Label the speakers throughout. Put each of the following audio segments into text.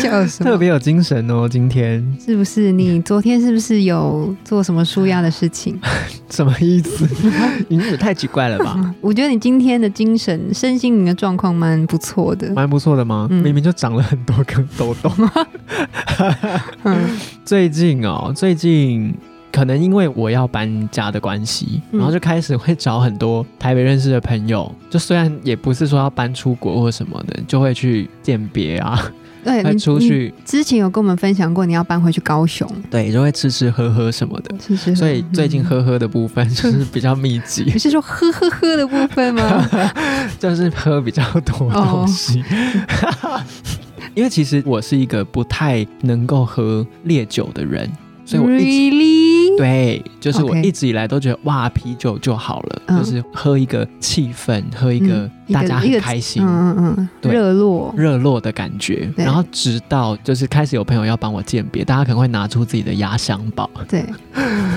Speaker 1: 笑什
Speaker 2: 特
Speaker 1: 么？
Speaker 2: 别有精神哦。今天
Speaker 1: 是不是你昨天是不是有做什么舒压的事 情？
Speaker 2: 什么意思？ 你也太奇怪了吧？
Speaker 1: 我觉得你今天的精神、身心灵的状况蛮不错的。
Speaker 2: 蛮不错的吗？
Speaker 1: 嗯
Speaker 2: 明明就长了很多根痘痘。
Speaker 1: 嗯
Speaker 2: 最近哦，最近可能因为我要搬家的关系，
Speaker 1: 嗯
Speaker 2: 然后就开始会找很多台北认识的朋友，就虽然也不是说要搬出国或什么的，就会去鉴别啊，
Speaker 1: 对，
Speaker 2: 会
Speaker 1: 你
Speaker 2: 出
Speaker 1: 你
Speaker 2: 去，
Speaker 1: 之前有跟我们分享过，你要搬回去高雄，
Speaker 2: 对，就会吃吃喝喝什么的。
Speaker 1: 是是。
Speaker 2: 所以最近喝喝的部分就是比较密集
Speaker 1: 你，是说呵呵呵的部分 吗？
Speaker 2: 就是喝比较多东西。 因为其实我是一个不太能够喝烈酒的人，所以我一直
Speaker 1: really
Speaker 2: 对，就是我
Speaker 1: OK
Speaker 2: 一直以来都觉得哇，啤酒就好了，
Speaker 1: 嗯
Speaker 2: 就是喝一个气氛，喝一个
Speaker 1: 嗯一个
Speaker 2: 大家
Speaker 1: 一
Speaker 2: 很
Speaker 1: 个
Speaker 2: 开心、
Speaker 1: 嗯嗯嗯，
Speaker 2: 对
Speaker 1: 热 络，
Speaker 2: 热络的感觉。
Speaker 1: 对
Speaker 2: 然后直到就是开始有朋友要帮我鉴别，大家可能会拿出自己的压箱宝，
Speaker 1: 对。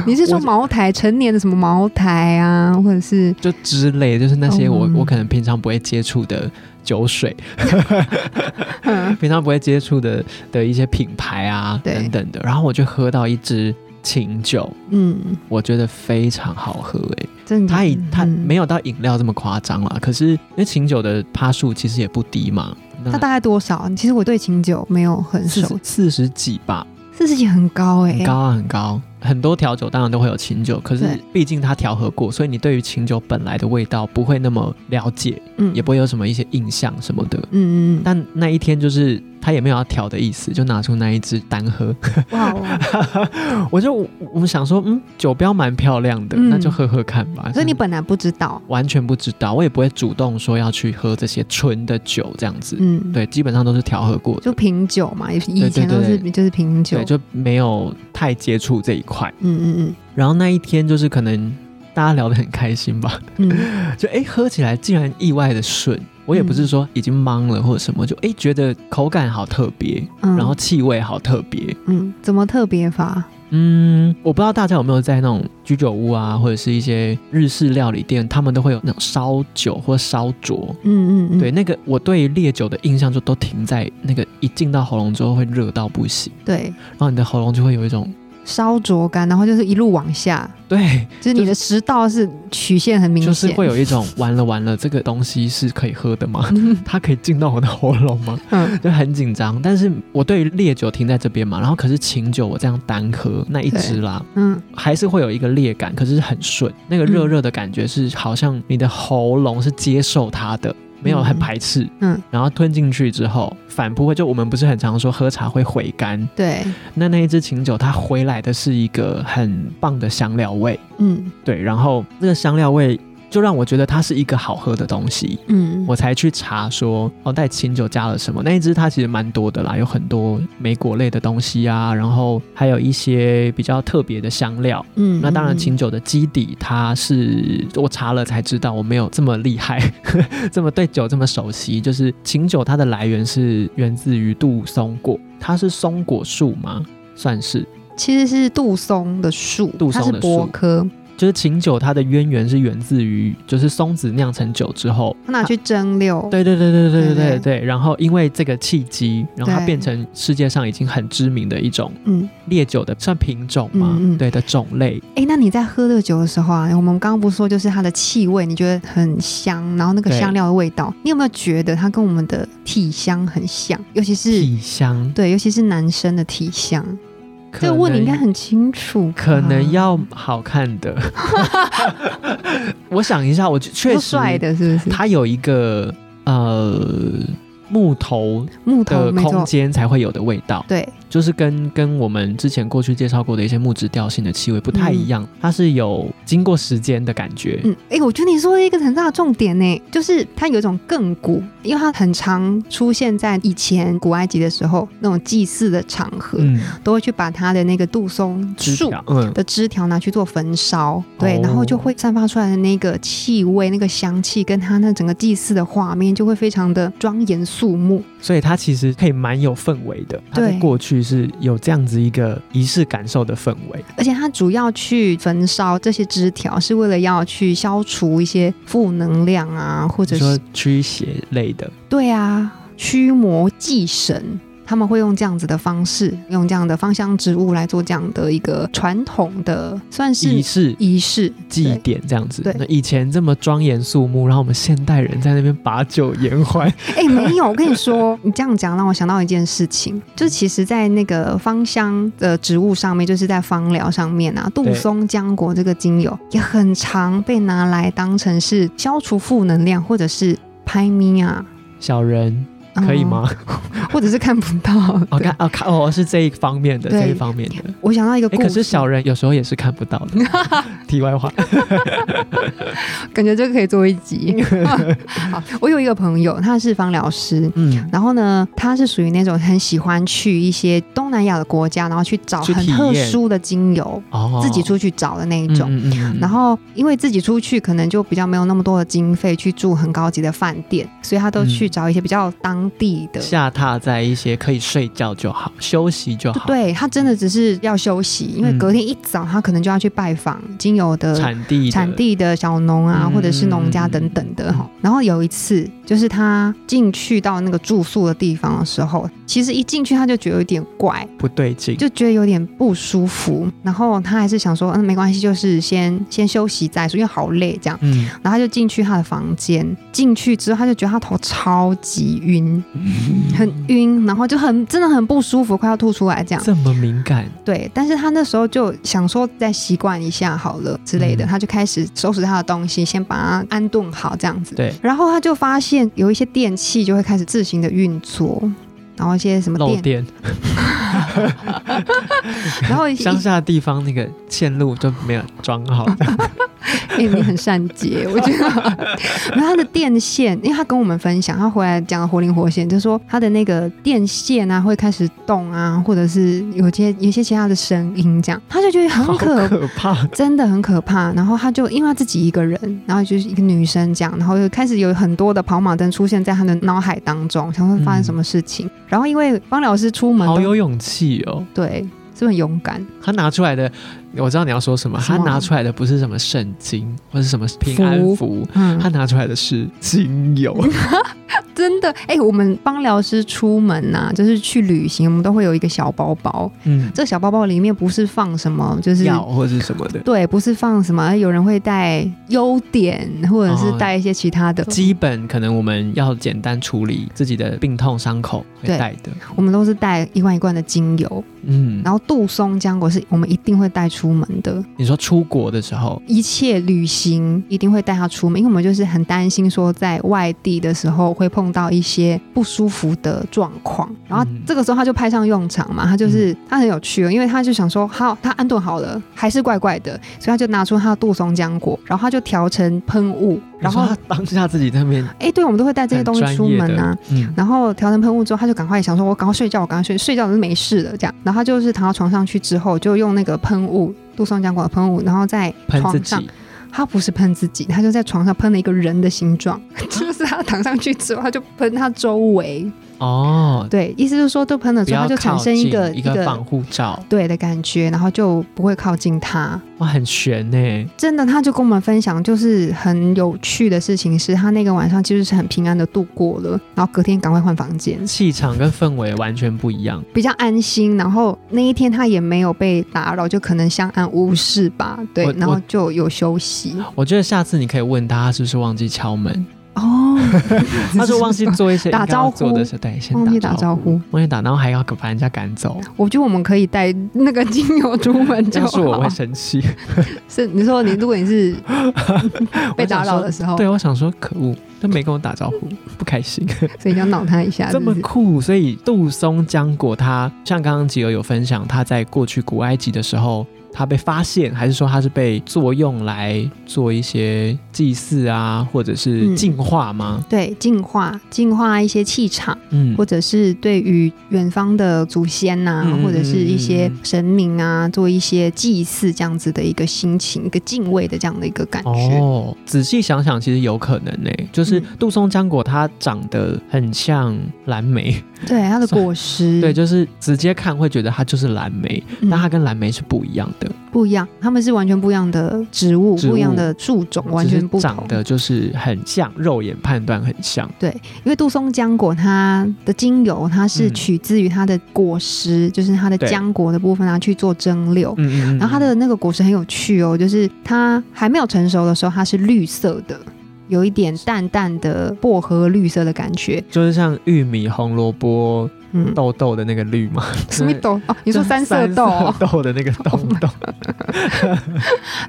Speaker 1: 你是说
Speaker 2: 我
Speaker 1: 茅台成年的什么茅台啊，或者是
Speaker 2: 就之类，就是那些我、
Speaker 1: 嗯
Speaker 2: 我可能平常不会接触的酒水，
Speaker 1: 嗯
Speaker 2: 平常不会接触的的一些品牌啊
Speaker 1: 对
Speaker 2: 等等的。然后我就喝到一支琴酒，
Speaker 1: 嗯，
Speaker 2: 我觉得非常好喝欸诶、
Speaker 1: 真的
Speaker 2: 它以它
Speaker 1: 嗯
Speaker 2: 没有到饮料这么夸张啦，可是因为琴酒的趴数其实也不低嘛，那
Speaker 1: 它大概多少？其实我对琴酒没有很
Speaker 2: 四十
Speaker 1: 熟，
Speaker 2: 四十几吧，
Speaker 1: 四十几很高哎、
Speaker 2: 很高啊，很高。很多调酒当然都会有琴酒，可是
Speaker 1: 对
Speaker 2: 毕竟它调和过，所以你对于琴酒本来的味道不会那么了解，
Speaker 1: 嗯，
Speaker 2: 也不会有什么一些印象什么的。
Speaker 1: 嗯，嗯嗯
Speaker 2: 但那一天就是他也没有要调的意思，就拿出那一支单喝，
Speaker 1: 哇哦！
Speaker 2: 我就我我们想说，嗯，酒标蛮漂亮的，
Speaker 1: 嗯
Speaker 2: 那就喝喝看吧。
Speaker 1: 所以你本来不知道，
Speaker 2: 完全不知道，我也不会主动说要去喝这些纯的酒这样子。
Speaker 1: 嗯，，
Speaker 2: 对，基本上都是调和过的
Speaker 1: 就，品酒嘛，以前
Speaker 2: 对
Speaker 1: 都
Speaker 2: 对
Speaker 1: 是就是品酒，
Speaker 2: 对，就没有太接触这一块。
Speaker 1: 嗯嗯
Speaker 2: 然后那一天就是可能大家聊得很开心吧，
Speaker 1: 嗯嗯，
Speaker 2: 就诶喝起来竟然意外的顺，我也不是说已经懵了或者什么，就诶觉得口感好特别，
Speaker 1: 嗯
Speaker 2: 然后气味好特别。
Speaker 1: 嗯，怎么特别法？
Speaker 2: 嗯，我不知道大家有没有在那种居酒屋啊，或者是一些日式料理店，他们都会有那种烧酒或烧灼，
Speaker 1: 嗯嗯嗯，
Speaker 2: 对，那个我对烈酒的印象就都停在那个一进到喉咙之后会热到不行，
Speaker 1: 对，
Speaker 2: 然后你的喉咙就会有一种
Speaker 1: 烧灼感，然后就是一路往下，
Speaker 2: 对，
Speaker 1: 就是你的食道是曲线很明显，
Speaker 2: 就是会有一种完了完了，这个东西是可以喝的 吗？它可以进到我的喉咙吗？
Speaker 1: 嗯
Speaker 2: 就很紧张。但是我对于烈酒停在这边嘛，然后可是琴酒我这样单喝那一支啦，
Speaker 1: 嗯
Speaker 2: 还是会有一个烈感，可是很顺，那个热
Speaker 1: 嗯
Speaker 2: 热的感觉是好像你的喉咙是接受它的。没有很
Speaker 1: 嗯
Speaker 2: 排斥，
Speaker 1: 嗯，
Speaker 2: 然后吞进去之后反扑会，就我们不是很常说喝茶会回甘，
Speaker 1: 对，
Speaker 2: 那那一支琴酒，它回来的是一个很棒的香料味，
Speaker 1: 嗯
Speaker 2: 对，然后这个香料味就让我觉得它是一个好喝的东西，
Speaker 1: 嗯，
Speaker 2: 我才去查说哦，在琴酒加了什么。那一支它其实蛮多的啦，有很多莓果类的东西啊，然后还有一些比较特别的香料。
Speaker 1: 嗯，
Speaker 2: 那当然，
Speaker 1: 嗯
Speaker 2: 琴酒的基底它是我查了才知道，我没有这么厉害，这么对酒这么熟悉。就是琴酒它的来源是源自于杜松果，它是松果树吗？算是，
Speaker 1: 其实是杜松的树，
Speaker 2: 杜松
Speaker 1: 它是
Speaker 2: 的
Speaker 1: 柏
Speaker 2: 树
Speaker 1: 科，
Speaker 2: 就是琴酒它的渊源是源自于就是松子酿成酒之后，
Speaker 1: 它拿去蒸馏，
Speaker 2: 对对对对对对
Speaker 1: 对
Speaker 2: 对对，然后因为这个契机，然后它
Speaker 1: 对
Speaker 2: 变成世界上已经很知名的一种
Speaker 1: 嗯，
Speaker 2: 烈酒的算品种嘛，
Speaker 1: 嗯嗯
Speaker 2: 对的种类，
Speaker 1: 哎，那你在喝这个酒的时候啊，我们刚刚不是说就是它的气味，你觉得很香，然后那个
Speaker 2: 对
Speaker 1: 香料的味道，你有没有觉得它跟我们的体香很像？尤其是
Speaker 2: 体香。
Speaker 1: 对，尤其是男生的体香，这
Speaker 2: 可
Speaker 1: 个问你
Speaker 2: 能
Speaker 1: 应该很清楚吧，
Speaker 2: 可能要好看的。 我想一下，我就确
Speaker 1: 不
Speaker 2: 实
Speaker 1: 帅，的，是不是？
Speaker 2: 它有一个呃木头
Speaker 1: 木头
Speaker 2: 的
Speaker 1: 没
Speaker 2: 空
Speaker 1: 错，
Speaker 2: 间才会有的味道。
Speaker 1: 对，
Speaker 2: 就是跟跟我们之前过去介绍过的一些木质调性的气味不太一样，它是有经过时间的感觉。
Speaker 1: 嗯，哎、我觉得你说了一个很大的重点呢，就是它有一种亘古，因为它很常出现在以前古埃及的时候那种祭祀的场合，
Speaker 2: 嗯，
Speaker 1: 都会去把它的那个杜松
Speaker 2: 枝
Speaker 1: 树
Speaker 2: 条，嗯，
Speaker 1: 的枝条拿去做焚烧，对，
Speaker 2: 哦
Speaker 1: 然后就会散发出来的那个气味、那个香气，跟它那整个祭祀的画面就会非常的庄严肃穆。
Speaker 2: 所以它其实可以蛮有氛围的。它
Speaker 1: 对
Speaker 2: 在过去是有这样子一个仪式感受的氛围。
Speaker 1: 而且它主要去焚烧这些枝条，是为了要去消除一些负能量啊，或者
Speaker 2: 你
Speaker 1: 是
Speaker 2: 说驱邪类的，
Speaker 1: 对啊，驱魔祭神。他们会用这样子的方式，用这样的芳香植物来做这样的一个传统的，算
Speaker 2: 仪
Speaker 1: 是
Speaker 2: 式
Speaker 1: 仪式。
Speaker 2: 祭典这样子
Speaker 1: 对。
Speaker 2: 那以前这么庄严肃穆，然后我们现代人在那边把酒言 欢，
Speaker 1: 哎、没有，我跟你说，你这样讲让我想到一件事情，就是其实，在那个芳香的植物上面，就是在芳疗上面啊，杜
Speaker 2: 对
Speaker 1: 松浆果这个精油也很常被拿来当成是消除负能量，或者是拍咪啊，
Speaker 2: 小人
Speaker 1: 嗯
Speaker 2: 可以？吗？
Speaker 1: 或者是看不到。
Speaker 2: 哦，
Speaker 1: 对
Speaker 2: 看哦看哦，是这一方面的，
Speaker 1: 对
Speaker 2: 这一方面的。
Speaker 1: 我想到一个
Speaker 2: 哎，
Speaker 1: 故
Speaker 2: 可
Speaker 1: 事，
Speaker 2: 是小人有时候也是看不到 的。题外话，
Speaker 1: 感觉这个可以做一 集。好，我有一个朋友，他是芳疗师。
Speaker 2: 嗯，
Speaker 1: 然后呢，他是属于那种很喜欢去一些东南亚的国家，然后去找
Speaker 2: 去
Speaker 1: 很
Speaker 2: 体
Speaker 1: 特
Speaker 2: 验
Speaker 1: 殊的精油，
Speaker 2: 哦，
Speaker 1: 自己出去找的那一
Speaker 2: 嗯
Speaker 1: 种。
Speaker 2: 嗯嗯嗯
Speaker 1: 然后，因为自己出去可能就比较没有那么多的经费去住很高级的饭店，所以他都去找一些比较当地的。
Speaker 2: 下榻在一些可以睡觉就好、休息就好，
Speaker 1: 对他真的只是要休息，因为
Speaker 2: 嗯
Speaker 1: 隔天一早他可能就要去拜访精油的
Speaker 2: 产地的
Speaker 1: 呃产地的小农啊，
Speaker 2: 嗯
Speaker 1: 或者是农家等等的哈。然后有一次，就是他进去到那个住宿的地方的时候，其实一进去他就觉得有点怪，
Speaker 2: 不对劲，
Speaker 1: 就觉得有点不舒服。然后他还是想说，嗯，没关系，就是先先休息再说，因为好累这样。
Speaker 2: 嗯，
Speaker 1: 然后他就进去他的房间，进去之后他就觉得他头超级 晕，很晕，然后就很真的很不舒服，快要吐出来这样。
Speaker 2: 这么敏感，
Speaker 1: 对，但是他那时候就想说再习惯一下好了之类的，
Speaker 2: 嗯
Speaker 1: 他就开始收拾他的东西，先把它安顿好这样子。
Speaker 2: 对，
Speaker 1: 然后他就发现有一些电器就会开始自行的运作，然后一些什么
Speaker 2: 漏
Speaker 1: 电，
Speaker 2: 电，
Speaker 1: 然后一
Speaker 2: 乡下地方那个线路就没有装 好，
Speaker 1: 哎、你很善解，我觉得。 然后他的电线，因为他跟我们分享，他回来讲的活灵活现，就说他的那个电线啊会开始动啊，或者是有些有一些其他的声音，这样他就觉得很
Speaker 2: 好
Speaker 1: 可。
Speaker 2: 可怕。
Speaker 1: 真的很可怕，然后他就因为他自己一个人，然后就是一个女生这样，然后就开始有很多的跑马灯出现在他的脑海当中，想说发生什么事情。然后因为方老师出门都，
Speaker 2: 嗯好有勇气哦！
Speaker 1: 对，是不是很勇敢？
Speaker 2: 他拿出来的，我知道你要说什么。
Speaker 1: 什么
Speaker 2: 他拿出来的不是什么圣经或是什么平安
Speaker 1: 符
Speaker 2: 符，
Speaker 1: 嗯
Speaker 2: 他拿出来的是精油。
Speaker 1: 真的，哎、我们帮疗师出门呐、就是去旅行，我们都会有一个小包包。
Speaker 2: 嗯，
Speaker 1: 这个小包包里面不是放什么，就是
Speaker 2: 药或是什么的，
Speaker 1: 对，不是放什么。有人会带优点，或者是
Speaker 2: 哦
Speaker 1: 带一些其他的。
Speaker 2: 基本可能我们要简单处理自己的病痛伤口会
Speaker 1: 对
Speaker 2: 带的。
Speaker 1: 我们都是带一罐一罐的精油，
Speaker 2: 嗯，
Speaker 1: 然后杜松浆果是我们一定会带出门的。
Speaker 2: 你说出国的时候，
Speaker 1: 一切旅行一定会带它出门，因为我们就是很担心说在外地的时候会碰到一些不舒服的状况。然后
Speaker 2: 嗯
Speaker 1: 这个时候他就派上用场嘛，他就是、他很有趣哦，因为他就想说，好，他安顿好了，还是怪怪的，所以他就拿出他的杜松浆果，然后他就调成喷雾，然后
Speaker 2: 你说他当下自己在那边
Speaker 1: 哎，对，我们都会带这些
Speaker 2: 很
Speaker 1: 东西
Speaker 2: 专
Speaker 1: 出
Speaker 2: 业
Speaker 1: 门
Speaker 2: 的
Speaker 1: 啊。，
Speaker 2: 嗯，
Speaker 1: 然后调成喷雾之后，他就赶快想说：“我赶快睡觉，我赶快睡，睡觉我就没事了。”这样，然后他就是躺到床上去之后，就用那个喷雾，杜松浆果的喷雾，然后在
Speaker 2: 喷自
Speaker 1: 床上
Speaker 2: 己，
Speaker 1: 他不是喷自己，他就在床上喷了一个人的形状， 就是他躺上去之后，他就喷他周围，
Speaker 2: 哦，
Speaker 1: 对，意思就是说，都喷了
Speaker 2: 不
Speaker 1: 之后，
Speaker 2: 要
Speaker 1: 他就产
Speaker 2: 靠
Speaker 1: 生
Speaker 2: 近
Speaker 1: 一个
Speaker 2: 一个防护罩，
Speaker 1: 对的感觉，然后就不会靠近他。
Speaker 2: 哇，很悬呢。
Speaker 1: 真的，他就跟我们分享，就是很有趣的事情是，他那个晚上其实是很平安的度过了，然后隔天赶快换房间，
Speaker 2: 气场跟氛围完全不一样，
Speaker 1: 比较安心。然后那一天他也没有被打扰，就可能相安无事吧，对
Speaker 2: 我，
Speaker 1: 然后
Speaker 2: 我
Speaker 1: 就有休息。
Speaker 2: 我觉得下次你可以问他，他是不是忘记敲 门，
Speaker 1: 哦，
Speaker 2: 他说忘记做一些
Speaker 1: 打
Speaker 2: 应该
Speaker 1: 招
Speaker 2: 要
Speaker 1: 呼
Speaker 2: 做的事，对，先
Speaker 1: 忘记打
Speaker 2: 招
Speaker 1: 招呼。
Speaker 2: 忘记打，然后还要把人家赶 走，
Speaker 1: 我觉得我们可以带那个精油出门就
Speaker 2: 要
Speaker 1: 好。
Speaker 2: 是我会生气。
Speaker 1: 是你说你，如果你是被打扰的时候，哦
Speaker 2: 对，我想说可恶，都没跟我打招呼，不开 心。
Speaker 1: 所以就要闹他一下，
Speaker 2: 这么
Speaker 1: 是不是
Speaker 2: 酷，所以杜松浆果它像刚刚吉儿有分享，它在过去古埃及的时候，它被发现，还是说它是被作用来做一些祭祀啊，或者是
Speaker 1: 嗯
Speaker 2: 净化吗？
Speaker 1: 对净化净化一些气场，
Speaker 2: 嗯，
Speaker 1: 或者是对于远方的祖先呐、
Speaker 2: 嗯嗯嗯
Speaker 1: 或者是一些
Speaker 2: 嗯嗯
Speaker 1: 神明啊，做一些祭祀这样子的一个心情，一个敬畏的这样的一个感觉。
Speaker 2: 哦，仔细想想，其实有可能呢、就是
Speaker 1: 嗯
Speaker 2: 杜松浆果它长得很像蓝莓，
Speaker 1: 对，它的果 实，
Speaker 2: 对，就是直接看会觉得它就是蓝莓，
Speaker 1: 嗯
Speaker 2: 但它跟蓝莓是不一样的，
Speaker 1: 不一样，它们是完全不一样的植物，
Speaker 2: 植物
Speaker 1: 不一样的树种，完
Speaker 2: 只
Speaker 1: 全
Speaker 2: 是
Speaker 1: 不
Speaker 2: 长
Speaker 1: 同。
Speaker 2: 得就是很像，肉眼判断很像。
Speaker 1: 因为杜松浆果它的精油，它是
Speaker 2: 嗯
Speaker 1: 取自于它的果实，就是它的
Speaker 2: 对
Speaker 1: 浆果的部分啊去做蒸馏。
Speaker 2: 嗯嗯嗯
Speaker 1: 然后它的那个果实很有趣哦，就是它还没有成熟的时候，它是绿色的，有一点淡淡的薄荷绿色的感觉。
Speaker 2: 就是像玉米、红萝卜、
Speaker 1: 嗯，
Speaker 2: 豆豆的那个绿嘛，
Speaker 1: 什么豆？哦，
Speaker 2: 你
Speaker 1: 你说三色豆哦、
Speaker 2: 豆的那个豆豆，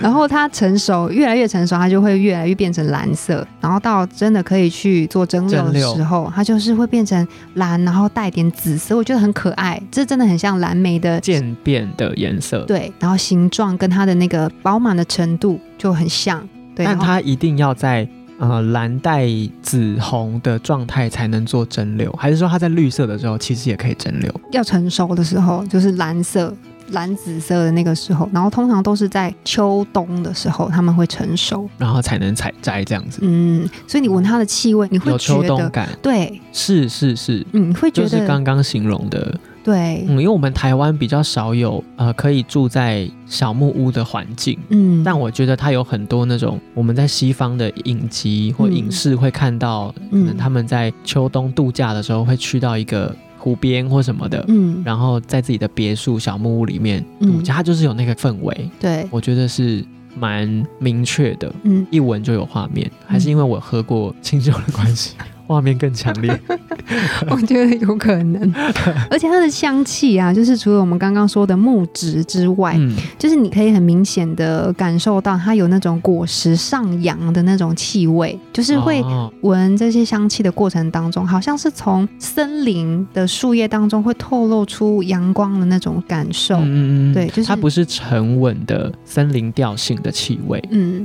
Speaker 1: 然后它成熟，越来越成熟，它就会越来越变成蓝色。然后到真的可以去做蒸馏的
Speaker 2: 蒸馏
Speaker 1: 时候，它就是会变成蓝，然后带点紫色，我觉得很可爱。这真的很像蓝莓的
Speaker 2: 渐变的颜色。，
Speaker 1: 对，然后形状跟它的那个饱满的程度就很像。对，
Speaker 2: 但
Speaker 1: 然后
Speaker 2: 它一定要在呃蓝带紫红的状态才能做蒸馏，还是说它在绿色的时候其实也可以蒸馏？
Speaker 1: 要成熟的时候就是蓝色。蓝紫色的那个时候，然后通常都是在秋冬的时候，它们会成熟。
Speaker 2: 然后才能采摘这样子，
Speaker 1: 嗯，所以你闻它的气味，你会
Speaker 2: 有
Speaker 1: 觉
Speaker 2: 秋冬
Speaker 1: 得，
Speaker 2: 感。
Speaker 1: 对，
Speaker 2: 是是是。
Speaker 1: 嗯，你会觉
Speaker 2: 就
Speaker 1: 得，
Speaker 2: 是刚刚形容的，
Speaker 1: 对，
Speaker 2: 嗯，因为我们台湾比较少有呃可以住在小木屋的环境，
Speaker 1: 嗯，
Speaker 2: 但我觉得它有很多那种我们在西方的影集或
Speaker 1: 嗯
Speaker 2: 影视会看到，可能他们在秋冬度假的时候会去到一个湖边或什么的，
Speaker 1: 嗯，
Speaker 2: 然后在自己的别墅小木屋里面度假，它就是有那个氛围，
Speaker 1: 对，
Speaker 2: 我觉得是蛮明确的，
Speaker 1: 嗯，
Speaker 2: 一闻就有画面，还是因为我喝过清酒的关 系，画面更强烈。
Speaker 1: 我觉得有可能。而且它的香气啊，就是除了我们刚刚说的木质之外，
Speaker 2: 嗯，
Speaker 1: 就是你可以很明显的感受到它有那种果实上扬的那种气味，就是会
Speaker 2: 哦
Speaker 1: 闻这些香气的过程当中，好像是从森林的树叶当中会透露出阳光的那种感受。嗯
Speaker 2: 嗯嗯嗯，
Speaker 1: 对就是
Speaker 2: 它不是沉稳的森林调性的气味。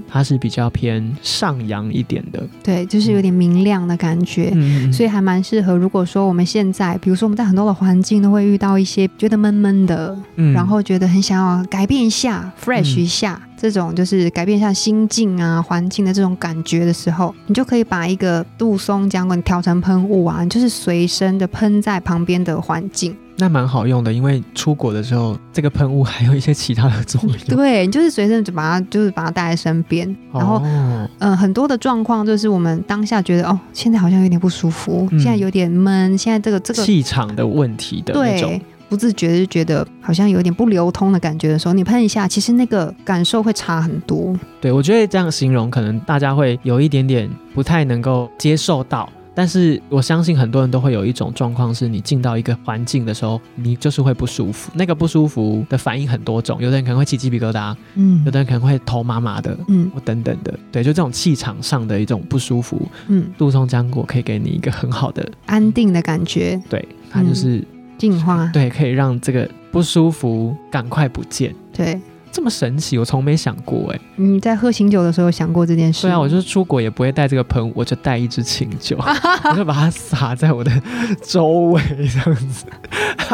Speaker 2: 它是比较偏上扬一点的，
Speaker 1: 嗯对，就是有点明亮的感觉。
Speaker 2: 嗯，
Speaker 1: 所以还蛮适合。如果说我们现在，比如说我们在很多的环境都会遇到一些觉得闷闷的，
Speaker 2: 嗯
Speaker 1: 然后觉得很想要改变一下、fresh 一下，这种就是改变一下心境啊、环境的这种感觉的时候，你就可以把一个杜松浆果你调成喷雾啊，你就是随身的喷在旁边的环境。
Speaker 2: 那蛮好用的，因为出国的时候，这个喷雾还有一些其他的作用。
Speaker 1: 对，你就是随身就把它，就是把它带在身边。然后，
Speaker 2: 哦、
Speaker 1: 呃，很多的状况就是我们当下觉得哦，现在好像有点不舒服，
Speaker 2: 嗯
Speaker 1: 现在有点闷，现在这个这个
Speaker 2: 气场的问题的那种
Speaker 1: 对，，不自觉就觉得好像有点不流通的感觉的时候，你喷一下，其实那个感受会差很多。
Speaker 2: 对我觉得这样形容，可能大家会有一点点不太能够接受到。但是我相信很多人都会有一种状况，是你进到一个环境的时候，你就是会不舒服。那个不舒服的反应很多种，有的人可能会起鸡皮疙瘩，
Speaker 1: 嗯
Speaker 2: 有的人可能会头麻麻的，
Speaker 1: 嗯
Speaker 2: 或等等的。对，就这种气场上的一种不舒服，
Speaker 1: 嗯，
Speaker 2: 杜松浆果可以给你一个很好的
Speaker 1: 安定的感觉，
Speaker 2: 对，它就是、
Speaker 1: 净化。
Speaker 2: 对，可以让这个不舒服赶快不见，
Speaker 1: 对，
Speaker 2: 这么神奇，我从没想过哎、
Speaker 1: 你在喝醒酒的时候有想过这件事
Speaker 2: 虽
Speaker 1: 吗？
Speaker 2: 然啊我就是出国也不会带这个喷雾，我就带一支清酒，我就把它洒在我的周围这样子，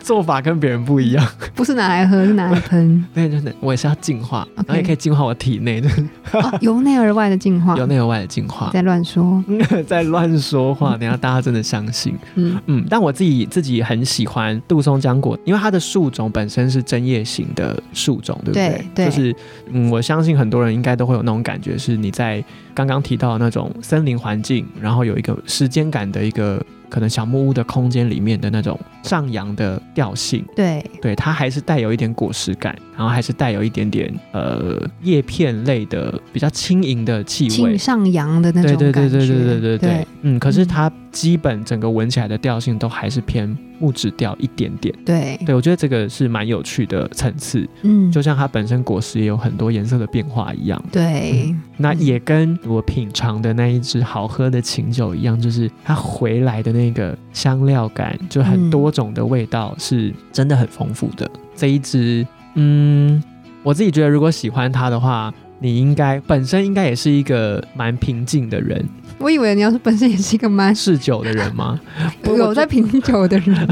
Speaker 2: 做法跟别人不一样。
Speaker 1: 不是拿来喝，是拿来喷，
Speaker 2: 对，就是我也是要净化
Speaker 1: OK
Speaker 2: 然后也可以净化我体内，就是
Speaker 1: 哦由内而外的净化。
Speaker 2: 由内而外的净化。
Speaker 1: 在乱说，
Speaker 2: 在乱说话，等一下大家真的相信。
Speaker 1: 嗯
Speaker 2: 嗯，但我自己自己很喜欢杜松浆果，因为它的树种本身是针叶型的树种，对不对？
Speaker 1: 对对
Speaker 2: 就是嗯，我相信很多人应该都会有那种感觉，是你在刚刚提到的那种森林环境，然后有一个时间感的一个可能小木屋的空间里面的那种上扬的调性，
Speaker 1: 对，
Speaker 2: 对，它还是带有一点果实感，然后还是带有一点点呃叶片类的比较轻盈的气味
Speaker 1: 庆。上扬的那
Speaker 2: 对
Speaker 1: 种
Speaker 2: 对
Speaker 1: 感
Speaker 2: 对
Speaker 1: 觉，
Speaker 2: 对对对对对，嗯，可是
Speaker 1: 嗯
Speaker 2: 它基本整个闻起来的调性都还是偏木质调一点点。
Speaker 1: 对对
Speaker 2: 对，我觉得这个是蛮有趣的层次，
Speaker 1: 嗯，
Speaker 2: 就像它本身果实也有很多颜色的变化一样。
Speaker 1: 对，
Speaker 2: 那也跟我品尝的那一支好喝的琴酒一样，就是它回来的那个香料感，就
Speaker 1: 嗯
Speaker 2: 很多种的味道，是真的很丰富的。这一支，嗯，我自己觉得如果喜欢它的话，你应该本身应该也是一个蛮平静的人，
Speaker 1: 我以为你要是本身也是一个蛮
Speaker 2: 嗜酒的人 吗？不
Speaker 1: 有在品酒的 人，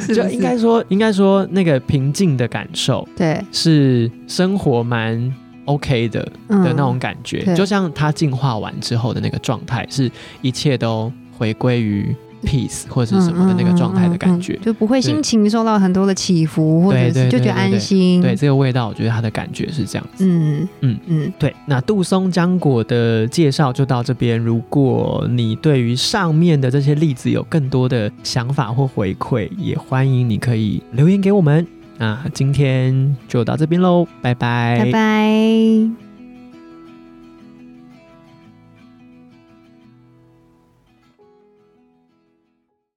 Speaker 1: 是
Speaker 2: 就
Speaker 1: 不
Speaker 2: 应
Speaker 1: 是
Speaker 2: 该说，应该说那个平静的感受
Speaker 1: 对
Speaker 2: 是生活蛮 OK 的，
Speaker 1: 嗯
Speaker 2: 的那种感觉，
Speaker 1: 对
Speaker 2: 就像它进化完之后的那个状态，是一切都回归于 peace 或者是什么的那个状态的感觉。
Speaker 1: 嗯嗯嗯嗯嗯就不会
Speaker 2: 对
Speaker 1: 心情受到很多的起伏，或
Speaker 2: 对
Speaker 1: 者
Speaker 2: 对
Speaker 1: 是就
Speaker 2: 对
Speaker 1: 觉
Speaker 2: 对
Speaker 1: 得安心。
Speaker 2: 对这个味道，我觉得它的感觉是这样子。
Speaker 1: 嗯
Speaker 2: 嗯
Speaker 1: 嗯嗯，
Speaker 2: 对，那杜松浆果的介绍就到这边。如果你对于上面的这些例子有更多的想法或回馈，也欢迎你可以留言给我们。那今天就到这边喽，拜拜
Speaker 1: 拜拜。